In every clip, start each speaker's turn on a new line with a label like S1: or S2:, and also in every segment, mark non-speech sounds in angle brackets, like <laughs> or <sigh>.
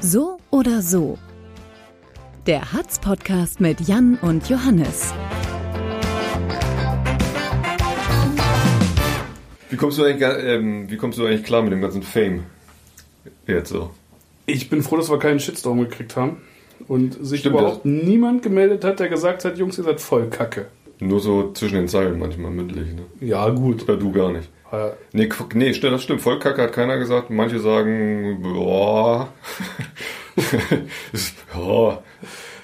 S1: So oder so. Der Hatz-Podcast mit Jan und Johannes.
S2: Wie kommst du eigentlich, ähm, wie kommst du eigentlich klar mit dem ganzen Fame? Jetzt so.
S3: Ich bin froh, dass wir keinen Shitstorm gekriegt haben und sich
S2: Stimmt
S3: überhaupt niemand gemeldet hat, der gesagt hat, Jungs, ihr seid voll Kacke.
S2: Nur so zwischen den Zeilen manchmal mündlich, ne?
S3: Ja, gut.
S2: Oder du gar nicht.
S3: Äh,
S2: Nee, Qu- nee, stimmt, das stimmt. Vollkacke hat keiner gesagt. Manche sagen, boah. <laughs> ja.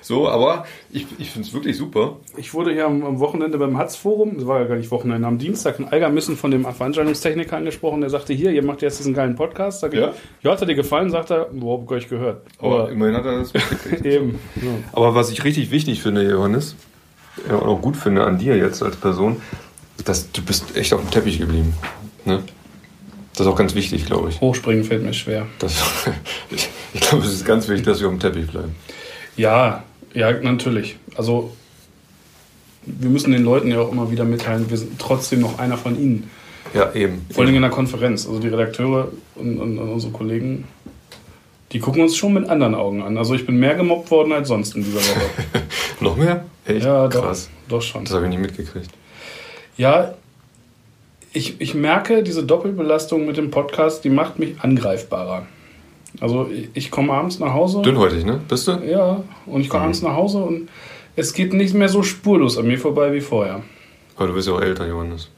S2: So, aber ich, ich finde es wirklich super.
S3: Ich wurde hier am, am Wochenende beim Hatz-Forum, das war ja gar nicht Wochenende, am Dienstag in Algermissen von dem Veranstaltungstechniker angesprochen, der sagte, hier, ihr macht jetzt diesen geilen Podcast. Sag ich,
S2: Ja.
S3: ja. hat er dir gefallen? Sagt er, boah, hab ich gar nicht gehört.
S2: Aber
S3: Aber
S2: immerhin hat er das mitgekriegt.
S3: <laughs> eben. Ja.
S2: Aber was ich richtig wichtig finde, Johannes, ja, und auch gut finde an dir jetzt als Person, dass du bist echt auf dem Teppich geblieben. Ne? Das ist auch ganz wichtig, glaube ich.
S3: Hochspringen fällt mir schwer.
S2: Das, <laughs> ich ich glaube, es ist ganz wichtig, dass wir auf dem Teppich bleiben.
S3: Ja, ja, natürlich. Also wir müssen den Leuten ja auch immer wieder mitteilen, wir sind trotzdem noch einer von ihnen.
S2: Ja, eben.
S3: Vor allem in der Konferenz. Also die Redakteure und, und, und unsere Kollegen, die gucken uns schon mit anderen Augen an. Also ich bin mehr gemobbt worden als sonst in dieser Woche.
S2: Noch mehr? <laughs> Echt?
S3: ja, doch,
S2: Krass.
S3: doch schon.
S2: Das habe ich nicht mitgekriegt.
S3: Ja, ich, ich merke, diese Doppelbelastung mit dem Podcast, die macht mich angreifbarer. Also ich, ich komme abends nach Hause.
S2: Dünnhäutig, ne? Bist du?
S3: Ja, und ich komme
S2: Mhm.
S3: abends nach Hause und es geht nicht mehr so spurlos an mir vorbei wie vorher.
S2: Aber du bist ja auch älter, Johannes.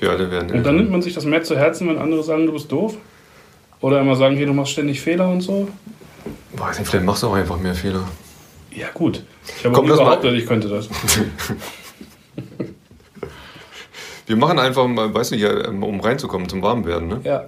S2: Wir alle werden
S3: Und dann nimmt
S2: älter.
S3: man sich das mehr zu Herzen, wenn andere sagen, du bist doof. Oder immer sagen, hier, du machst ständig Fehler und so.
S2: Boah, vielleicht machst du auch einfach mehr Fehler. <laughs>
S3: Ja, gut. Ich habe
S2: Kommt
S3: auch nie
S2: das mal-
S3: behauptet, ich könnte das.
S2: Wir machen einfach mal, weiß nicht, ja, um reinzukommen, zum Warmwerden, ne?
S3: Ja.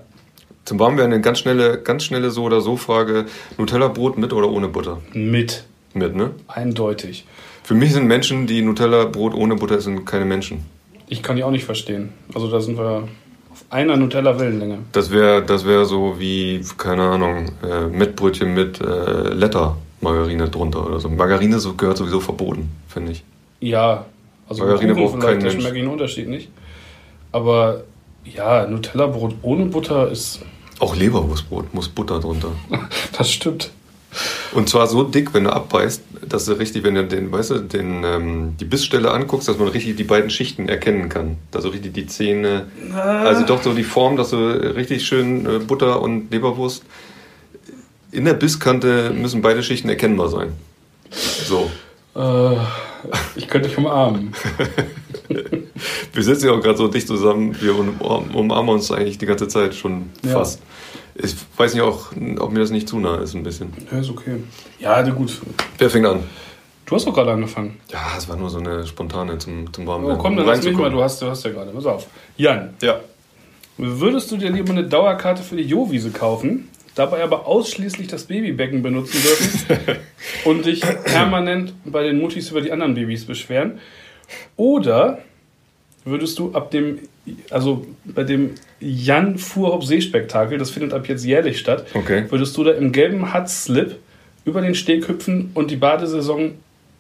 S2: Zum Warmwerden eine ganz schnelle, ganz schnelle so oder so Frage: Nutella-Brot mit oder ohne Butter?
S3: Mit.
S2: Mit, ne?
S3: Eindeutig.
S2: Für mich sind Menschen, die Nutella-Brot ohne Butter essen, keine Menschen.
S3: Ich kann die auch nicht verstehen. Also da sind wir auf einer Nutella-Wellenlänge.
S2: Das wäre das wär so wie, keine Ahnung, äh, Mettbrötchen mit äh, Letter-Margarine drunter oder so. Margarine so- gehört sowieso verboten, finde ich.
S3: Ja, also
S2: Margarine
S3: mit Kuchen
S2: braucht
S3: vielleicht,
S2: kein
S3: da
S2: Mensch.
S3: schmecke ich den Unterschied nicht. Aber ja, Nutella-Brot ohne Butter ist... <laughs>
S2: Auch Leberwurstbrot muss Butter drunter.
S3: Das stimmt.
S2: Und zwar so dick, wenn du abbeißt, dass du richtig, wenn du den, weißt du, den, ähm, die Bissstelle anguckst, dass man richtig die beiden Schichten erkennen kann. Dass du richtig die Zähne, also doch so die Form, dass du richtig schön äh, Butter und Leberwurst in der Bisskante müssen beide Schichten erkennbar sein. So.
S3: Äh, ich könnte dich umarmen.
S2: Wir sitzen ja auch gerade so dicht zusammen, wir umarm- umarmen uns eigentlich die ganze Zeit schon
S3: Ja.
S2: fast. Ich weiß nicht auch, ob mir das nicht zu nah ist ein bisschen.
S3: Ja, ist okay. Ja, na gut.
S2: Wer fängt an?
S3: Du hast doch gerade angefangen.
S2: Ja, es war nur so eine spontane zum, zum warmen
S3: Oh, komm, dann
S2: um
S3: lass mich mal.
S2: reinzukommen.
S3: Du hast, du hast ja gerade. Pass auf. Jan,
S2: Ja.
S3: würdest du dir lieber eine Dauerkarte für die Jo-Wiese kaufen, dabei aber ausschließlich das Babybecken benutzen dürfen und dich permanent bei den Muttis über die anderen Babys beschweren? Oder würdest du ab dem, also bei dem Jan Fuhrhop Seespektakel, das findet ab jetzt jährlich statt,
S2: Okay.
S3: würdest du da im gelben Hutz-Slip über den Steg hüpfen und die Badesaison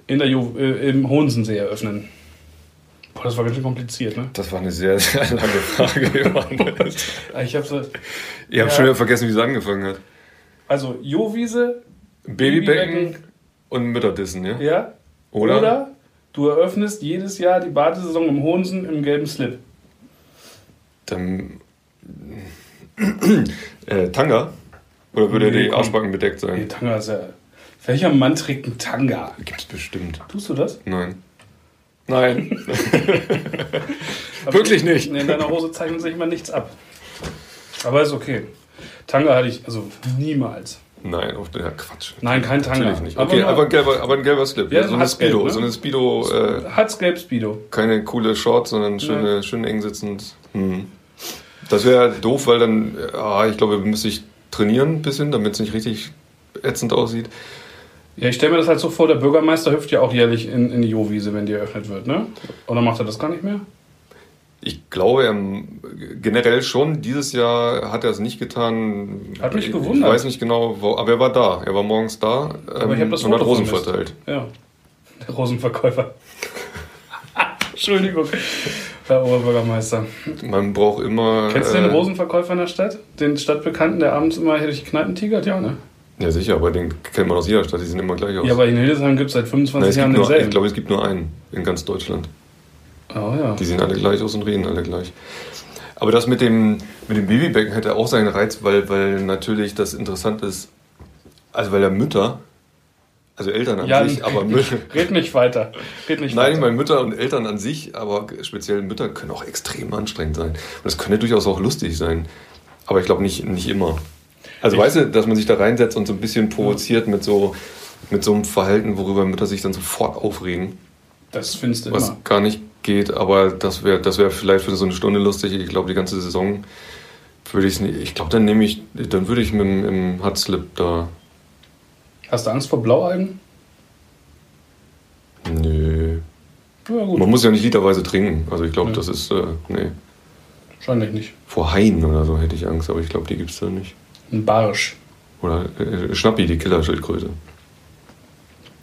S3: in der jo äh, im Hohensensee eröffnen? Boah, das war ganz schön kompliziert, ne?
S2: Das war eine sehr, <laughs> sehr lange
S3: <laughs>
S2: Frage, Johannes.
S3: Ah, Ich hab so,
S2: Ihr habt
S3: Ja.
S2: schon wieder vergessen, wie es angefangen hat.
S3: also Jo-Wiese,
S2: Babybecken und Mütterdissen, ja?
S3: ja.
S2: Oder?
S3: du eröffnest jedes Jahr die Badesaison im Hohensen im gelben Slip.
S2: Dann. <clears throat> Äh, Tanga? Oder würde
S3: Nee,
S2: die
S3: komm.
S2: Arschbacken bedeckt
S3: Nee,
S2: sein?
S3: Tanga ist ja. Welcher Mann trägt einen Tanga?
S2: Gibt's bestimmt.
S3: Tust du das?
S2: Nein.
S3: <laughs>
S2: Nein. Wirklich nicht.
S3: In deiner Hose zeichnet sich mal nichts ab. Aber ist okay. Tanga hatte ich, also niemals.
S2: Nein, auf der Quatsch.
S3: Nein, kein Tanga.
S2: Natürlich nicht. Okay, aber,
S3: aber
S2: ein gelber, aber ein gelber Slip.
S3: Ja,
S2: so eine
S3: hat's gelb,
S2: Speedo.
S3: ne?
S2: So eine Speedo, äh,
S3: hat's gelb Speedo.
S2: keine coole Shorts, sondern schöne, schön eng sitzend. Hm. Das wäre doof, weil dann, äh, ah, ich glaube, müsste ich trainieren ein bisschen, damit es nicht richtig ätzend aussieht.
S3: Ja, ich stelle mir das halt so vor, der Bürgermeister hüpft ja auch jährlich in, in die Jo-Wiese, wenn die eröffnet wird, ne? Oder macht er das gar nicht mehr?
S2: Ich glaube, ähm, generell schon. Dieses Jahr hat er es nicht getan.
S3: Hat mich
S2: Ich- Ich
S3: gewundert.
S2: weiß nicht genau, wo, aber er war da. Er war morgens da ähm,
S3: Aber ich hab das
S2: und hat
S3: Foto
S2: Rosen
S3: vermisst.
S2: verteilt.
S3: Ja. Der Rosenverkäufer. <laughs> Entschuldigung, Herr Oberbürgermeister.
S2: Man braucht immer.
S3: Kennst du den
S2: äh,
S3: Rosenverkäufer in der Stadt? Den Stadtbekannten, der abends immer hier durch die Kneipen tigert? Ja, ne?
S2: Ja, sicher, aber den kennt man aus jeder Stadt, die sehen immer gleich aus.
S3: Ja, aber in Hildesheim gibt es seit
S2: Nein,
S3: 25
S2: es gibt
S3: Jahren
S2: nur, ich
S3: denselben.
S2: glaube, es gibt nur einen in ganz Deutschland.
S3: oh ja.
S2: Die sehen alle gleich aus und reden alle gleich. Aber das mit dem, mit dem Babybecken hätte auch seinen Reiz, weil, weil natürlich das interessant ist, also weil ja Mütter, also Eltern an
S3: Ja,
S2: sich,
S3: <laughs>
S2: aber Mütter.
S3: Red nicht weiter. Red nicht
S2: Nein, ich
S3: weiter.
S2: meine Mütter und Eltern an sich, aber speziell Mütter können auch extrem anstrengend sein. Und das könnte durchaus auch lustig sein. Aber ich glaube nicht, nicht immer. Also
S3: Ich-
S2: weißt du, dass man sich da reinsetzt und so ein bisschen provoziert mit so, mit so einem Verhalten, worüber Mütter sich dann sofort aufregen.
S3: Das findest du
S2: Was
S3: immer.
S2: gar nicht geht, aber das wäre das wär vielleicht für so eine Stunde lustig. Ich glaube, die ganze Saison würde ich es nicht. Ich glaube, dann nehme ich, dann würde ich mit dem im Hutslip da.
S3: Hast du Angst vor Blaualgen?
S2: Nö.
S3: Ja, gut.
S2: Man muss ja nicht literweise trinken. Also ich glaube,
S3: Ja.
S2: das ist. Äh, nee.
S3: Wahrscheinlich nicht.
S2: Vor Haien oder so hätte ich Angst, aber ich glaube, die gibt es da nicht.
S3: Ein Barsch.
S2: Oder äh, Schnappi, die Killerschildkröte.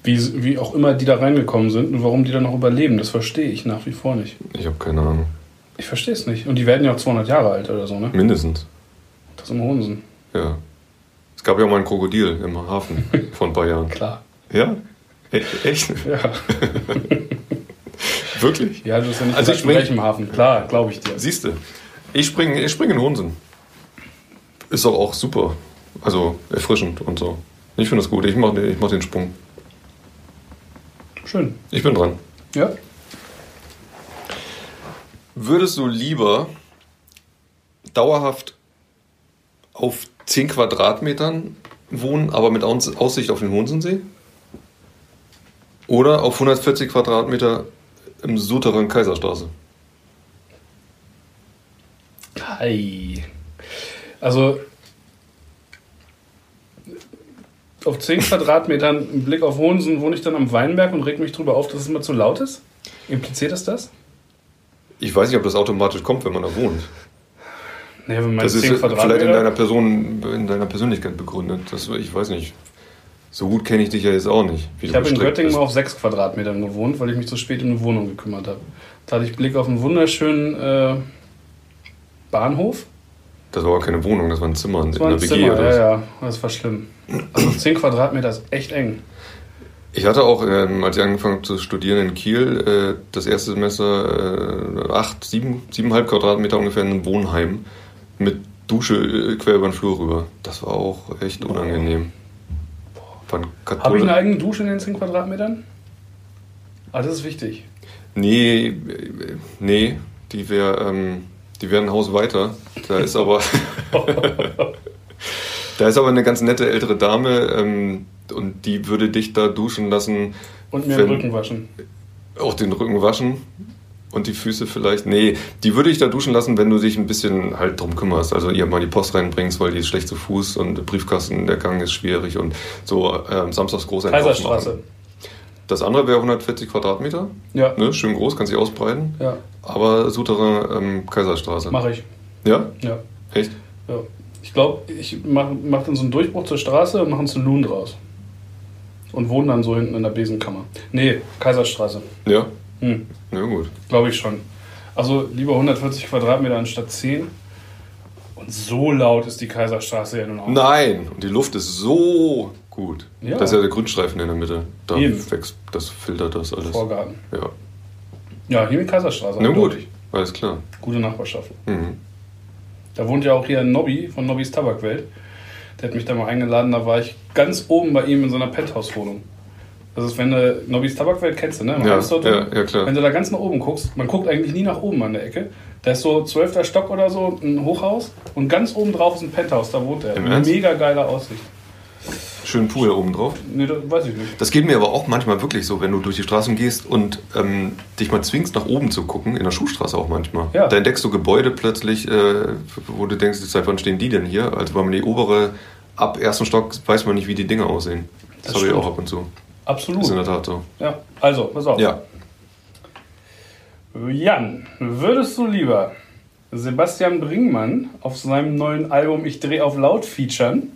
S3: Wie, wie auch immer die da reingekommen sind und warum die da noch überleben, das verstehe ich nach wie vor nicht.
S2: Ich habe keine Ahnung.
S3: Ich verstehe es nicht. Und die werden ja auch 200 Jahre alt oder so, ne?
S2: Mindestens.
S3: Das sind Hosen.
S2: Ja. Es gab ja mal ein Krokodil im
S3: <laughs>
S2: Hafen vor ein paar Jahren.
S3: Klar.
S2: Ja? E echt?
S3: Ja.
S2: <laughs> Wirklich?
S3: Ja, du bist ja nicht
S2: Also
S3: also
S2: ich
S3: in
S2: spring-
S3: welchem Hafen. Klar, glaube ich dir.
S2: Siehst du, ich springe ich spring in Hosen. Ist doch auch super. Also erfrischend und so. Ich finde das gut. Ich mache ich mach den Sprung.
S3: Schön.
S2: Ich bin dran.
S3: Ja.
S2: Würdest du lieber dauerhaft auf 10 Quadratmetern wohnen, aber mit Aus- Aussicht auf den Hohensensee? Oder auf 140 Quadratmeter im Souterrain Kaiserstraße?
S3: Hi. Also auf 10 Quadratmetern einen Blick auf Hohensen wohne ich dann am Weinberg und reg mich drüber auf, dass es immer zu laut ist. Impliziert das das?
S2: Ich weiß nicht, ob das automatisch kommt, wenn man da wohnt.
S3: Naja, wenn man
S2: Das ist
S3: 10
S2: vielleicht in deiner
S3: Quadratmeter...
S2: Person, in deiner Persönlichkeit begründet. Das, ich weiß nicht. So gut kenne ich dich ja jetzt auch nicht. wie
S3: Ich
S2: du
S3: habe in
S2: gestrickt
S3: Göttingen
S2: bist.
S3: mal auf 6 Quadratmetern gewohnt, weil ich mich zu spät um eine Wohnung gekümmert habe. Da hatte ich Blick auf einen wunderschönen äh, Bahnhof.
S2: Das war aber keine Wohnung, das war ein Zimmer in
S3: Das war
S2: der
S3: ein
S2: WG
S3: Zimmer,
S2: oder
S3: ja,
S2: so.
S3: ja, das war schlimm. Also 10 Quadratmeter ist echt eng.
S2: Ich hatte auch, ähm, als ich angefangen habe zu studieren in Kiel, äh, das erste Semester äh, acht, sieben, siebeneinhalb Quadratmeter ungefähr in einem Wohnheim mit Dusche äh, quer über den Flur rüber. Das war auch echt unangenehm. Von
S3: Habe ich eine
S2: Katholiken.
S3: eigene Dusche in den 10 Quadratmetern? Ah, das ist wichtig.
S2: Nee, äh, nee, die wäre, ähm, die wäre ein Haus weiter. Da ist aber, <laughs> da ist aber eine ganz nette ältere Dame ähm, und die würde dich da duschen lassen.
S3: Und mir den
S2: Wenn-
S3: Rücken waschen.
S2: Auch den Rücken waschen und die Füße vielleicht. Nee, die würde ich da duschen lassen, wenn du dich ein bisschen halt drum kümmerst. Also ihr mal die Post reinbringst, weil die ist schlecht zu Fuß und der Briefkasten, der Gang ist schwierig und so ähm, samstags groß
S3: Kaiserstraße.
S2: Das andere wäre 140 Quadratmeter,
S3: Ja,
S2: ne? schön groß, kannst dich ausbreiten.
S3: ja,
S2: Aber Souterrain ähm, Kaiserstraße.
S3: mache ich.
S2: Ja?
S3: Ja,
S2: Echt?
S3: ja. Ich glaube, ich mache mach dann so einen Durchbruch zur Straße und mache einen Saloon draus. Und wohne dann so hinten in der Besenkammer. Nee, Kaiserstraße.
S2: Ja?
S3: Hm,
S2: Na gut.
S3: glaube ich schon. Also lieber 140 Quadratmeter anstatt 10. Und so laut ist die Kaiserstraße ja nun auch.
S2: Nein! Und die Luft ist so gut.
S3: Ja.
S2: Das ist ja der Grünstreifen in der Mitte. Da
S3: Eben.
S2: wächst, das filtert das alles.
S3: Vorgarten.
S2: Ja.
S3: Ja, hier mit Kaiserstraße.
S2: Na gut,
S3: eindeutig.
S2: alles klar.
S3: Gute Nachbarschaft.
S2: Mhm.
S3: Da wohnt ja auch hier ein Nobby von Nobbys Tabakwelt. Der hat mich da mal eingeladen, da war ich ganz oben bei ihm in so einer Penthouse-Wohnung. Das ist, wenn du Nobbys Tabakwelt kennst, du, ne?
S2: Ja,
S3: Amsterdam.
S2: ja, ja, klar.
S3: Wenn du da ganz nach oben guckst, man guckt eigentlich nie nach oben an der Ecke. Da ist so 12. Stock oder so, ein Hochhaus. Und ganz oben drauf ist ein Penthouse, da wohnt er.
S2: Im Ernst?
S3: Mega geile Aussicht.
S2: Schön Pool oben drauf.
S3: Nee, das weiß ich nicht.
S2: Das geht mir aber auch manchmal wirklich so, wenn du durch die Straßen gehst und ähm, dich mal zwingst, nach oben zu gucken, in der Schulstraße auch manchmal.
S3: Ja.
S2: Da entdeckst du Gebäude plötzlich, äh, wo du denkst, seit wann stehen die denn hier? Also wenn man die obere, ab ersten Stock, weiß man nicht, wie die Dinge aussehen. Das,
S3: Das
S2: habe ich
S3: stimmt.
S2: auch ab und zu.
S3: Absolut.
S2: Ist in der Tat so.
S3: Ja, also, pass auf.
S2: Ja.
S3: Jan, würdest du lieber Sebastian Bringmann auf seinem neuen Album Ich dreh auf laut featuren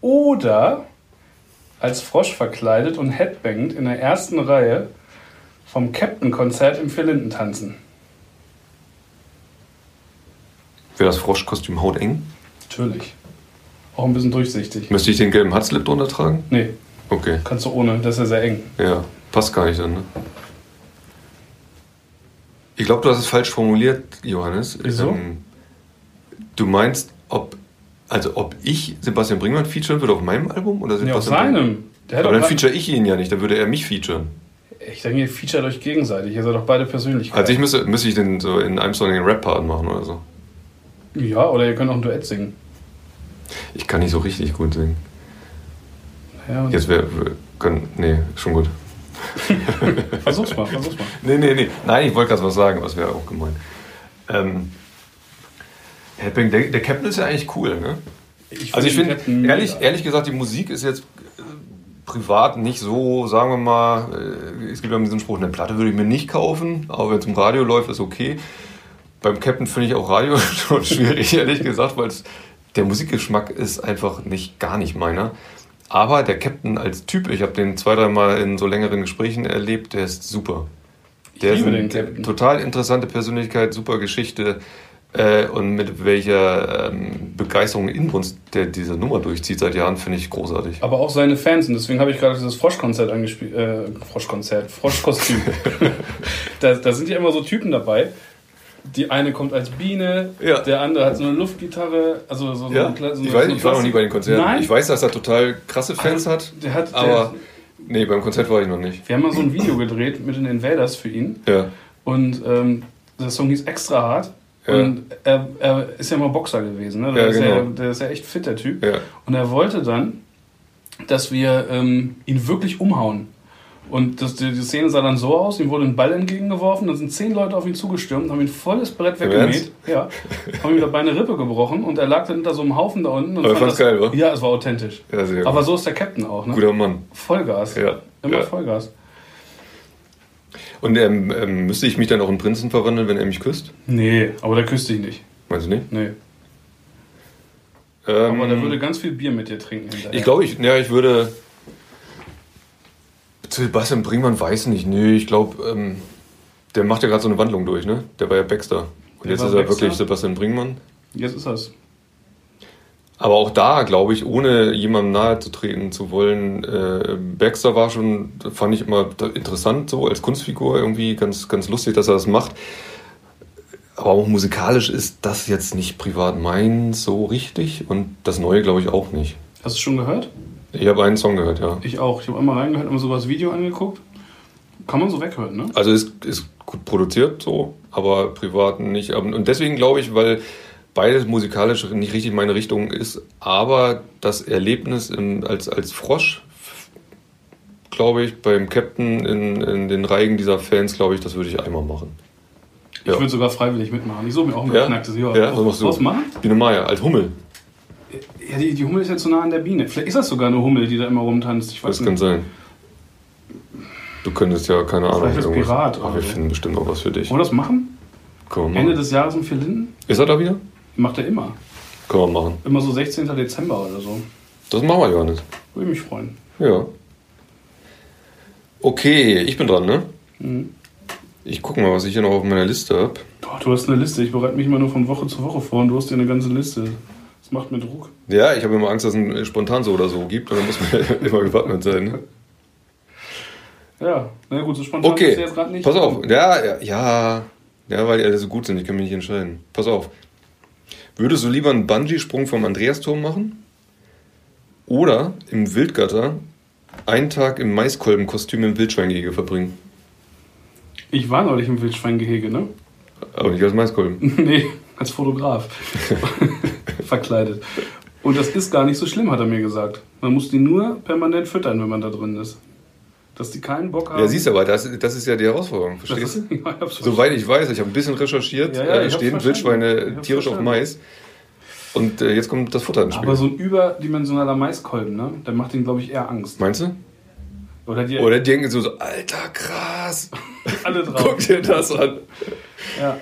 S3: oder als Frosch verkleidet und headbangend in der ersten Reihe vom Captain-Konzert im Verlinden tanzen?
S2: Wäre das Froschkostüm hauteng?
S3: Natürlich. Auch ein bisschen durchsichtig.
S2: Müsste ich den gelben Hutslip drunter tragen?
S3: Nee,
S2: Okay.
S3: kannst du ohne, das ist ja sehr eng.
S2: Ja, passt gar nicht dann, ne? Ich glaube, du hast es falsch formuliert, Johannes. Ähm,
S3: Wieso?
S2: du meinst, ob, also ob ich Sebastian Brinkmann featuren würde auf meinem Album? Oder
S3: Nee, auf
S2: Sebastian Brinkmann-
S3: seinem. Der hat
S2: Aber dann
S3: doch
S2: feature ich ihn ja nicht, dann würde er mich featuren.
S3: ich denke, ihr featuret euch gegenseitig. Ihr seid doch beide persönlich.
S2: Also ich müsste, müsste ich den so in einem Song den Rap-Part machen oder so.
S3: ja, oder ihr könnt auch ein Duett singen.
S2: Ich kann nicht so richtig gut singen.
S3: Ja, und-
S2: Jetzt wäre, wir können, nee, schon gut.
S3: Versuch's mal, versuch's mal.
S2: Nee, nee, nee. Nein, ich wollte gerade was sagen, aber es wäre auch gemein. Ähm, Headbang, der, der Captain ist ja eigentlich cool, ne? also ich finde,
S3: Captain
S2: ehrlich,
S3: mega.
S2: ehrlich gesagt, die Musik ist jetzt äh, privat nicht so, sagen wir mal, äh, es gibt ja diesen Spruch, eine Platte würde ich mir nicht kaufen, aber wenn es im Radio läuft, ist okay. Beim Captain finde ich auch Radio <laughs> schon schwierig, ehrlich gesagt, weil es- der Musikgeschmack ist einfach nicht gar nicht meiner. Aber der Captain als Typ, ich habe den zwei, dreimal in so längeren Gesprächen erlebt, der ist super. Der
S3: liebe
S2: ist
S3: den
S2: eine
S3: Captain.
S2: total interessante Persönlichkeit, super Geschichte. Äh, und mit welcher ähm, Begeisterung und Inbrunst der diese Nummer durchzieht seit Jahren, finde ich großartig.
S3: Aber auch seine Fans. Und deswegen habe ich gerade dieses Froschkonzert angespielt. Äh,
S2: <laughs>
S3: Froschkonzert, Froschkostüm. da, da sind ja immer so Typen dabei. Die eine kommt als Biene,
S2: Ja.
S3: der andere hat so eine Luftgitarre. Also so
S2: Ja,
S3: eine, kle- so
S2: ich, weiß,
S3: so
S2: ich war noch nie bei den Konzerten.
S3: Nein,
S2: Ich weiß, dass er total krasse Fans hat,
S3: der hat. Der,
S2: aber nee, beim Konzert war ich noch nicht.
S3: wir haben mal so ein Video gedreht mit den Invaders für ihn.
S2: Ja,
S3: Und ähm, der Song hieß Extra Hart.
S2: Ja.
S3: Und er, er ist ja mal Boxer gewesen. Ne? Der,
S2: Ja,
S3: ist ja,
S2: genau.
S3: der ist ja echt fit, der Typ.
S2: ja.
S3: Und er wollte dann, dass wir ähm, ihn wirklich umhauen. Und das, die, die Szene sah dann so aus: ihm wurde ein Ball entgegengeworfen, dann sind zehn Leute auf ihn zugestürmt, haben ihn volles Brett
S2: Im
S3: weggemäht, ja, haben ihm dabei eine Rippe gebrochen und er lag dann hinter so einem Haufen da unten. Und
S2: Aber fand's
S3: das,
S2: geil, wa?
S3: Ja, es war authentisch.
S2: ja sehr
S3: Aber so ist der Captain auch, ne?
S2: guter Mann.
S3: Vollgas.
S2: Ja,
S3: Immer
S2: ja.
S3: Vollgas.
S2: Und ähm, ähm, müsste ich mich dann auch in Prinzen verwandeln, wenn er mich küsst?
S3: Nee, aber der küsst dich nicht.
S2: Meinst du nicht?
S3: Nee.
S2: Ähm,
S3: Aber der würde ganz viel Bier mit dir trinken. Hinterher.
S2: Mm. Ich glaube, ich, ja, ich würde. Zu Sebastian Brinkmann weiß nicht. Nee, ich glaube, ähm, der macht ja gerade so eine Wandlung durch, ne? Der war ja Baxter. Und
S3: Der
S2: jetzt
S3: war
S2: ist er
S3: Baxter.
S2: wirklich Sebastian Brinkmann.
S3: Jetzt ist das.
S2: Aber auch da, glaube ich, ohne jemandem nahe zu treten zu wollen, äh, Baxter war schon, fand ich immer da- interessant so als Kunstfigur, irgendwie ganz, ganz lustig, dass er das macht. Aber auch musikalisch ist das jetzt nicht privat mein so richtig und das Neue glaube ich auch nicht.
S3: Hast du schon gehört?
S2: Ich habe einen Song gehört, ja.
S3: Ich auch. Ich habe einmal reingehört, immer so was Video angeguckt. Kann man so weghören, ne?
S2: Also ist, ist gut produziert so, aber privat nicht. Aber- Und deswegen glaube ich, weil beides musikalisch nicht richtig meine Richtung ist, aber das Erlebnis im, als, als Frosch, glaube ich, beim Captain in, in den Reigen dieser Fans, glaube ich, das würde ich einmal machen.
S3: Ich
S2: Ja.
S3: würde sogar freiwillig mitmachen. Ich suche mir auch ein
S2: Ja?
S3: geknacktes Jahr.
S2: Ja, was machst du?
S3: machen?
S2: Biene Maya, als Hummel,
S3: Ja, die, die Hummel ist ja zu nah an der Biene. Vielleicht ist das sogar eine Hummel, die da immer rumtanzt. Ich weiß
S2: das kann
S3: nicht.
S2: sein. Du könntest ja, keine Ahnung,
S3: Vielleicht als
S2: irgendwas-
S3: Pirat
S2: Ach,
S3: oder
S2: wir
S3: so.
S2: finden bestimmt auch was für dich.
S3: Wollen wir das machen?
S2: Können wir
S3: Ende
S2: machen.
S3: des Jahres in Linden?
S2: Ist er da wieder?
S3: Macht er immer.
S2: Können wir machen.
S3: Immer so 16. Dezember oder so.
S2: Das machen wir, Johannes.
S3: Würde mich freuen.
S2: Ja. Okay, ich bin dran, ne?
S3: Mhm.
S2: Ich guck mal, was ich hier noch auf meiner Liste hab.
S3: Boah, du hast eine Liste. Ich bereite mich immer nur von Woche zu Woche vor und du hast dir eine ganze Liste. Das macht mir Druck.
S2: Ja, ich habe immer Angst, dass es ein äh, spontan so oder so gibt und dann muss man <laughs> immer gewappnet sein. Ne?
S3: Ja, na gut, so spontan ist der
S2: Okay,
S3: jetzt gerade nicht.
S2: pass auf. Ja, ja, ja, ja, weil die alle so gut sind, ich kann mich nicht entscheiden. Pass auf. Würdest du lieber einen Bungee-Sprung vom Andreasturm machen? Oder im Wildgatter einen Tag im Maiskolbenkostüm im Wildschweingehege verbringen?
S3: Ich war neulich im Wildschweingehege, ne?
S2: Aber nicht als Maiskolben.
S3: <laughs> nee, als Fotograf.
S2: <laughs>
S3: Verkleidet. Und das ist gar nicht so schlimm, hat er mir gesagt. Man muss die nur permanent füttern, wenn man da drin ist. Dass die keinen Bock haben.
S2: Ja, siehst du aber, das, das ist ja die Herausforderung,
S3: das
S2: verstehst du?
S3: ist, <laughs> ja, ich hab's verstanden.
S2: Soweit ich weiß, ich habe ein bisschen recherchiert,
S3: Ja, ja, ich
S2: äh,
S3: hab's
S2: stehen
S3: verstanden. Ich
S2: Wildschweine
S3: hab's
S2: tierisch auf
S3: verstanden.
S2: Mais. Und äh, jetzt kommt das Futter ins Spiel.
S3: Aber so ein überdimensionaler Maiskolben, ne? Der macht den, glaube ich, eher Angst.
S2: Meinst du?
S3: Oder die
S2: Oder die denken so, so alter krass,
S3: <laughs> alle
S2: guck
S3: drauf.
S2: dir das an.
S3: Ja.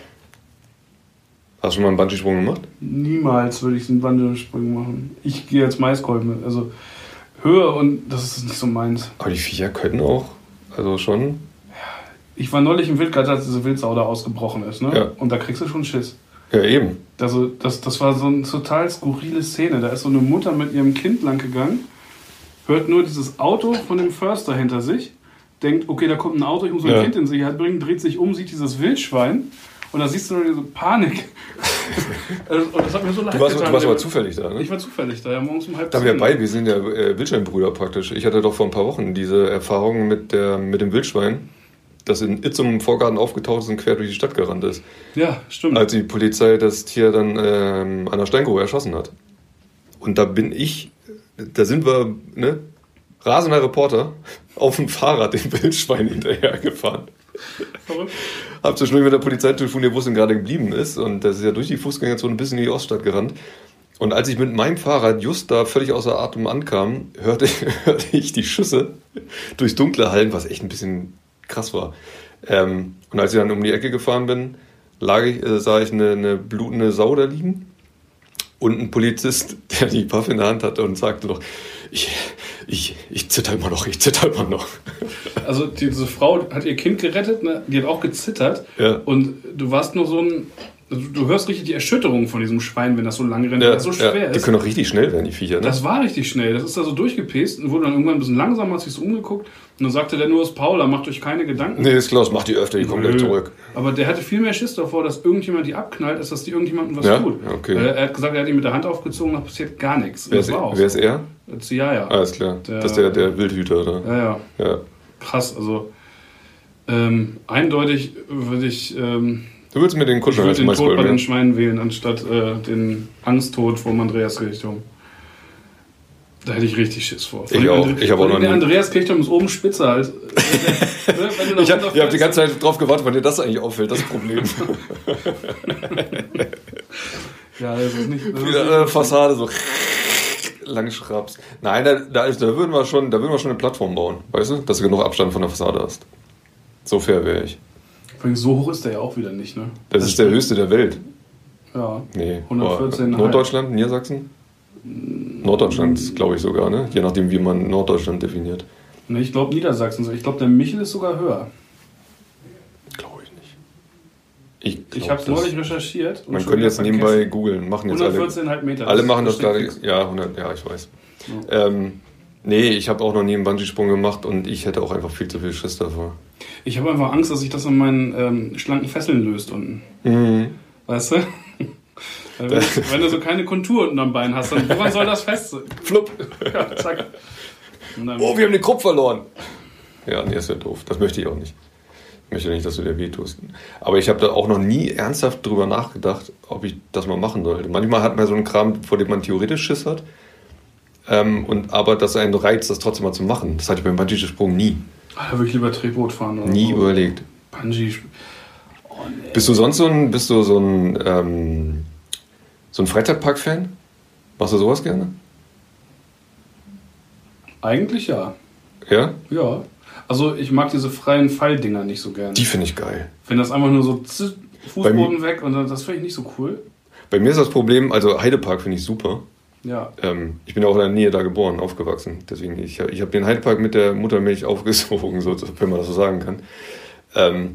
S2: Hast du schon mal einen Bungee-Sprung gemacht?
S3: Niemals würde ich einen Wandersprung machen. Ich gehe jetzt Maiskolben. Also Höhe und das ist nicht so meins.
S2: Aber die Viecher können auch, also schon.
S3: Ich war neulich im Wildgarten, als diese Wildsau da ausgebrochen ist, ne?
S2: Ja.
S3: Und da kriegst du schon Schiss.
S2: Ja, eben.
S3: Also, das, das war so eine total skurrile Szene. Da ist so eine Mutter mit ihrem Kind lang gegangen, hört nur dieses Auto von dem Förster hinter sich, denkt, okay, da kommt ein Auto, ich muss mein
S2: Ja.
S3: Kind in Sicherheit bringen, dreht sich um, sieht dieses Wildschwein und da siehst du nur diese
S2: <laughs>
S3: Panik. Also, und das hat mir so leid
S2: Du warst,
S3: getan.
S2: du warst aber zufällig da, ne?
S3: Ich war zufällig da, ja, morgens um halb
S2: Da wir
S3: zehn.
S2: bei, wir sind ja äh, Wildschweinbrüder praktisch. Ich hatte doch vor ein paar Wochen diese Erfahrung mit, der, mit dem Wildschwein, das in Itzum im Vorgarten aufgetaucht ist und quer durch die Stadt gerannt ist.
S3: Ja, stimmt.
S2: als die Polizei das Tier dann ähm, an der Steingrube erschossen hat. Und da bin ich, da sind wir, ne, rasender Reporter, auf dem Fahrrad dem Wildschwein <laughs> hinterhergefahren.
S3: Verrückt.
S2: Hab zwischendurch mit der Polizei telefoniert, wo es denn gerade geblieben ist. Und das ist ja durch die Fußgängerzone bis in die Oststadt gerannt. Und als ich mit meinem Fahrrad just da völlig außer Atem ankam, hörte, <laughs> hörte ich die Schüsse durchs dunkle Hallen, was echt ein bisschen krass war. Ähm, und als ich dann um die Ecke gefahren bin, lag ich, äh, sah ich eine, eine blutende Sau da liegen und ein Polizist, <laughs> der die Waffe in der Hand hatte und sagte doch, ich, ich, ich zitter immer noch, ich zitter immer noch.
S3: Also diese Frau hat ihr Kind gerettet, ne? die hat auch gezittert.
S2: Ja.
S3: Und du warst nur so ein. Also du hörst richtig die Erschütterung von diesem Schwein, wenn das so lang rennt, weil das so schwer
S2: Die
S3: ist.
S2: können auch richtig schnell werden, die Viecher. Ne?
S3: Das war richtig schnell. Das ist da so durchgepest und wurde dann irgendwann ein bisschen langsamer, hat sich so umgeguckt. Und dann sagte der nur, es ist Paula, macht euch keine Gedanken.
S2: Nee, ist Klaus, mach die öfter, die kommt gleich
S3: Nö.
S2: zurück.
S3: Aber der hatte viel mehr Schiss davor, dass irgendjemand die abknallt, als dass die irgendjemandem was
S2: Ja?
S3: tut.
S2: Ja, okay.
S3: Weil Er hat gesagt, er hat ihn mit der Hand aufgezogen, da passiert gar nichts. Und
S2: Wer ist,
S3: das war auch.
S2: wer ist er?
S3: so. Ja, ja.
S2: Alles klar.
S3: Der-
S2: das ist der, der Wildhüter, oder?
S3: ja, ja.
S2: Ja.
S3: Krass, also ähm, eindeutig würde ich, ähm,
S2: Du willst mir den halt
S3: ich
S2: Kuschel
S3: würde
S2: als
S3: den Tod bei den
S2: Maßball
S3: Schweinen wählen, anstatt äh, den Angsttod vom Andreas-Kirchturm. Da hätte ich richtig Schiss vor. Vor
S2: Ich
S3: allem
S2: auch.
S3: Andre-
S2: Ich hab auch
S3: vor allem
S2: noch
S3: Der
S2: nie-
S3: Andreas-Kirchturm ist oben spitzer als.
S2: <laughs>
S3: Äh, ne, wenn du nach
S2: Ich hab,
S3: runterfällst.
S2: ihr habt die ganze Zeit drauf gewartet, wann dir das eigentlich auffällt, das
S3: <laughs>
S2: Problem. <laughs>
S3: Ja, das ist nicht. Das ist nicht
S2: Wieder äh, Fassade so <laughs> lang schraubst. Nein, da, da, ist, da, würden wir schon, da würden wir schon eine Plattform bauen, weißt du? Dass du genug Abstand von der Fassade hast. So fair wäre ich.
S3: Vor allem so hoch ist der ja auch wieder nicht, ne?
S2: Das, ist der höchste der Welt.
S3: Ja.
S2: Nee.
S3: 114,5.
S2: boah. Norddeutschland, Niedersachsen?
S3: Mm.
S2: Norddeutschland, glaube ich sogar, ne? Je nachdem, wie man Norddeutschland definiert.
S3: Ne, ich glaube Niedersachsen. so. Ich glaube, der Michel ist sogar höher.
S2: Glaube ich nicht. Ich,
S3: Ich
S2: glaub,
S3: habe es
S2: das-
S3: neulich recherchiert. und
S2: Man
S3: schon
S2: könnte
S3: wieder
S2: jetzt
S3: vergessen.
S2: nebenbei googeln, machen jetzt alle.
S3: 114,5 Meter.
S2: Alle machen das
S3: steht
S2: gerade.
S3: fix.
S2: Ja, 100, ja, ich weiß. Ähm, nee, ich habe auch noch nie einen Bungee-Sprung gemacht und ich hätte auch einfach viel zu viel Schiss davor.
S3: Ich habe einfach Angst, dass sich das an meinen ähm, schlanken Fesseln löst unten.
S2: Mhm.
S3: Weißt du? Weil wenn, du- wenn du so keine Kontur unten am Bein hast, dann woran soll das fest?
S2: Flupp!
S3: Ja, zack. Und dann,
S2: Oh, wir haben den Krupp verloren! Ja, nee, das wäre doof. Das möchte ich auch nicht. Ich möchte nicht, dass du dir wehtust. Aber ich habe da auch noch nie ernsthaft drüber nachgedacht, ob ich das mal machen sollte. Manchmal hat man so einen Kram, vor dem man theoretisch Schiss hat. Ähm, und, aber das einen reizt, das trotzdem mal zu machen. Das hatte ich beim Bungee-Sprung nie.
S3: Ah, da würde ich lieber Tretboot fahren oder
S2: Nie
S3: so.
S2: überlegt.
S3: Bungee.
S2: Bist du sonst so ein, bist du so ein, ähm, so ein Freizeitpark-Fan? Machst du sowas gerne?
S3: Eigentlich ja.
S2: Ja?
S3: Ja. Also ich mag diese freien Falldinger nicht so gerne.
S2: Die finde ich geil.
S3: Wenn das einfach nur so zzz,
S2: Bei
S3: Fußboden weg und dann, das finde ich nicht so cool.
S2: Bei mir ist das Problem, also Heidepark finde ich super.
S3: Ja.
S2: Ähm, ich bin ja auch in der Nähe da geboren, aufgewachsen. Deswegen, ich, ich habe den Heidepark mit der Muttermilch <laughs> aufgesogen, so, wenn man das so sagen kann. Ähm,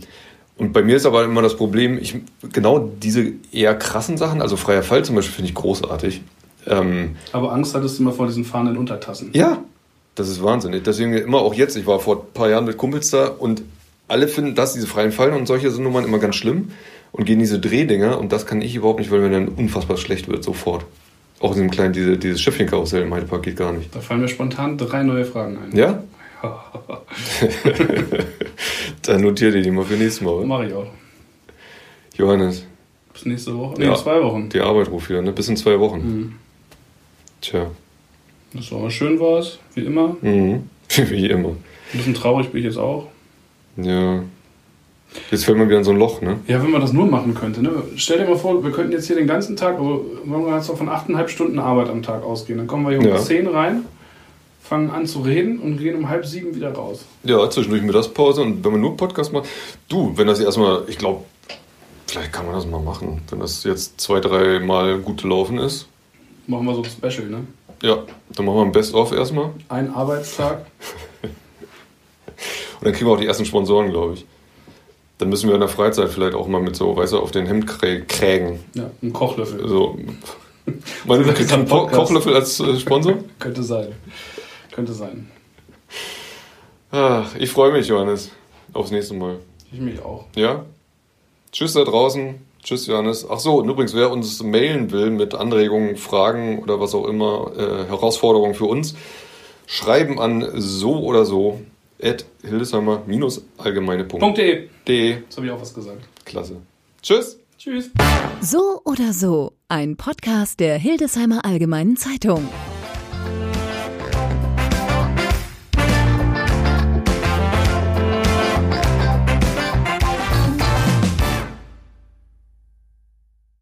S2: und bei mir ist aber immer das Problem, ich, genau diese eher krassen Sachen, also freier Fall zum Beispiel, finde ich großartig. Ähm,
S3: Aber Angst hattest du immer vor diesen fahrenden Untertassen.
S2: Ja, das ist Wahnsinn. Deswegen immer auch jetzt, ich war vor ein paar Jahren mit Kumpels da und alle finden das, diese freien Fallen und solche sind Nummern immer ganz schlimm und gehen diese Drehdinger und das kann ich überhaupt nicht, weil mir dann unfassbar schlecht wird, sofort. Auch in diesem kleinen, diese, dieses Schiffchenkarussell im Heidepark geht gar nicht.
S3: Da fallen mir spontan drei neue Fragen ein.
S2: Ja? Dann notier dir die mal für nächstes Mal. Oder?
S3: <laughs> Mach ich auch.
S2: Johannes,
S3: Bis nächste Woche. Nee,
S2: Ja.
S3: in zwei Wochen.
S2: die Arbeit ruft wieder, ne? Bis in zwei Wochen. Tja.
S3: Das war schön war es, wie immer.
S2: Mhm. <laughs> Wie immer.
S3: Ein bisschen traurig bin ich jetzt auch.
S2: Ja. Jetzt fällt man wieder in so ein Loch, ne?
S3: Ja, wenn man das nur machen könnte. Ne? Stell dir mal vor, wir könnten jetzt hier den ganzen Tag, also wollen wir jetzt auch von 8,5 Stunden Arbeit am Tag ausgehen. Dann kommen wir hier um
S2: Ja.
S3: 10 rein, fangen an zu reden und gehen um halb sieben wieder raus.
S2: Ja, zwischendurch Mittagspause und wenn man nur Podcast macht. Du, wenn das erstmal, ich glaube, vielleicht kann man das mal machen. Wenn das jetzt zwei, drei Mal gut laufen ist,
S3: Machen wir so ein Special, ne?
S2: ja, dann machen wir ein Best-of erstmal. Und
S3: Ein Arbeitstag.
S2: dann kriegen wir auch die ersten Sponsoren, glaube ich. Dann müssen wir in der Freizeit vielleicht auch mal mit so, weißt du, auf den Hemdkrägen.
S3: Ja, ein Kochlöffel.
S2: So. Man kriegt einen Po-
S3: Podcast.
S2: Kochlöffel als äh, Sponsor?
S3: Könnte sein. Könnte sein.
S2: Ach, ich freue mich, Johannes. Aufs nächste Mal.
S3: Ich mich auch.
S2: Ja? Tschüss da draußen. Tschüss, Johannes. Ach so, und übrigens, wer uns mailen will mit Anregungen, Fragen oder was auch immer, äh, Herausforderungen für uns, schreiben an so oder so at hildesheimer-allgemeine.de.
S3: Punkt.de. E. Jetzt habe ich auch was gesagt.
S2: Klasse. Tschüss.
S3: Tschüss.
S1: So oder so, ein Podcast der Hildesheimer Allgemeinen Zeitung.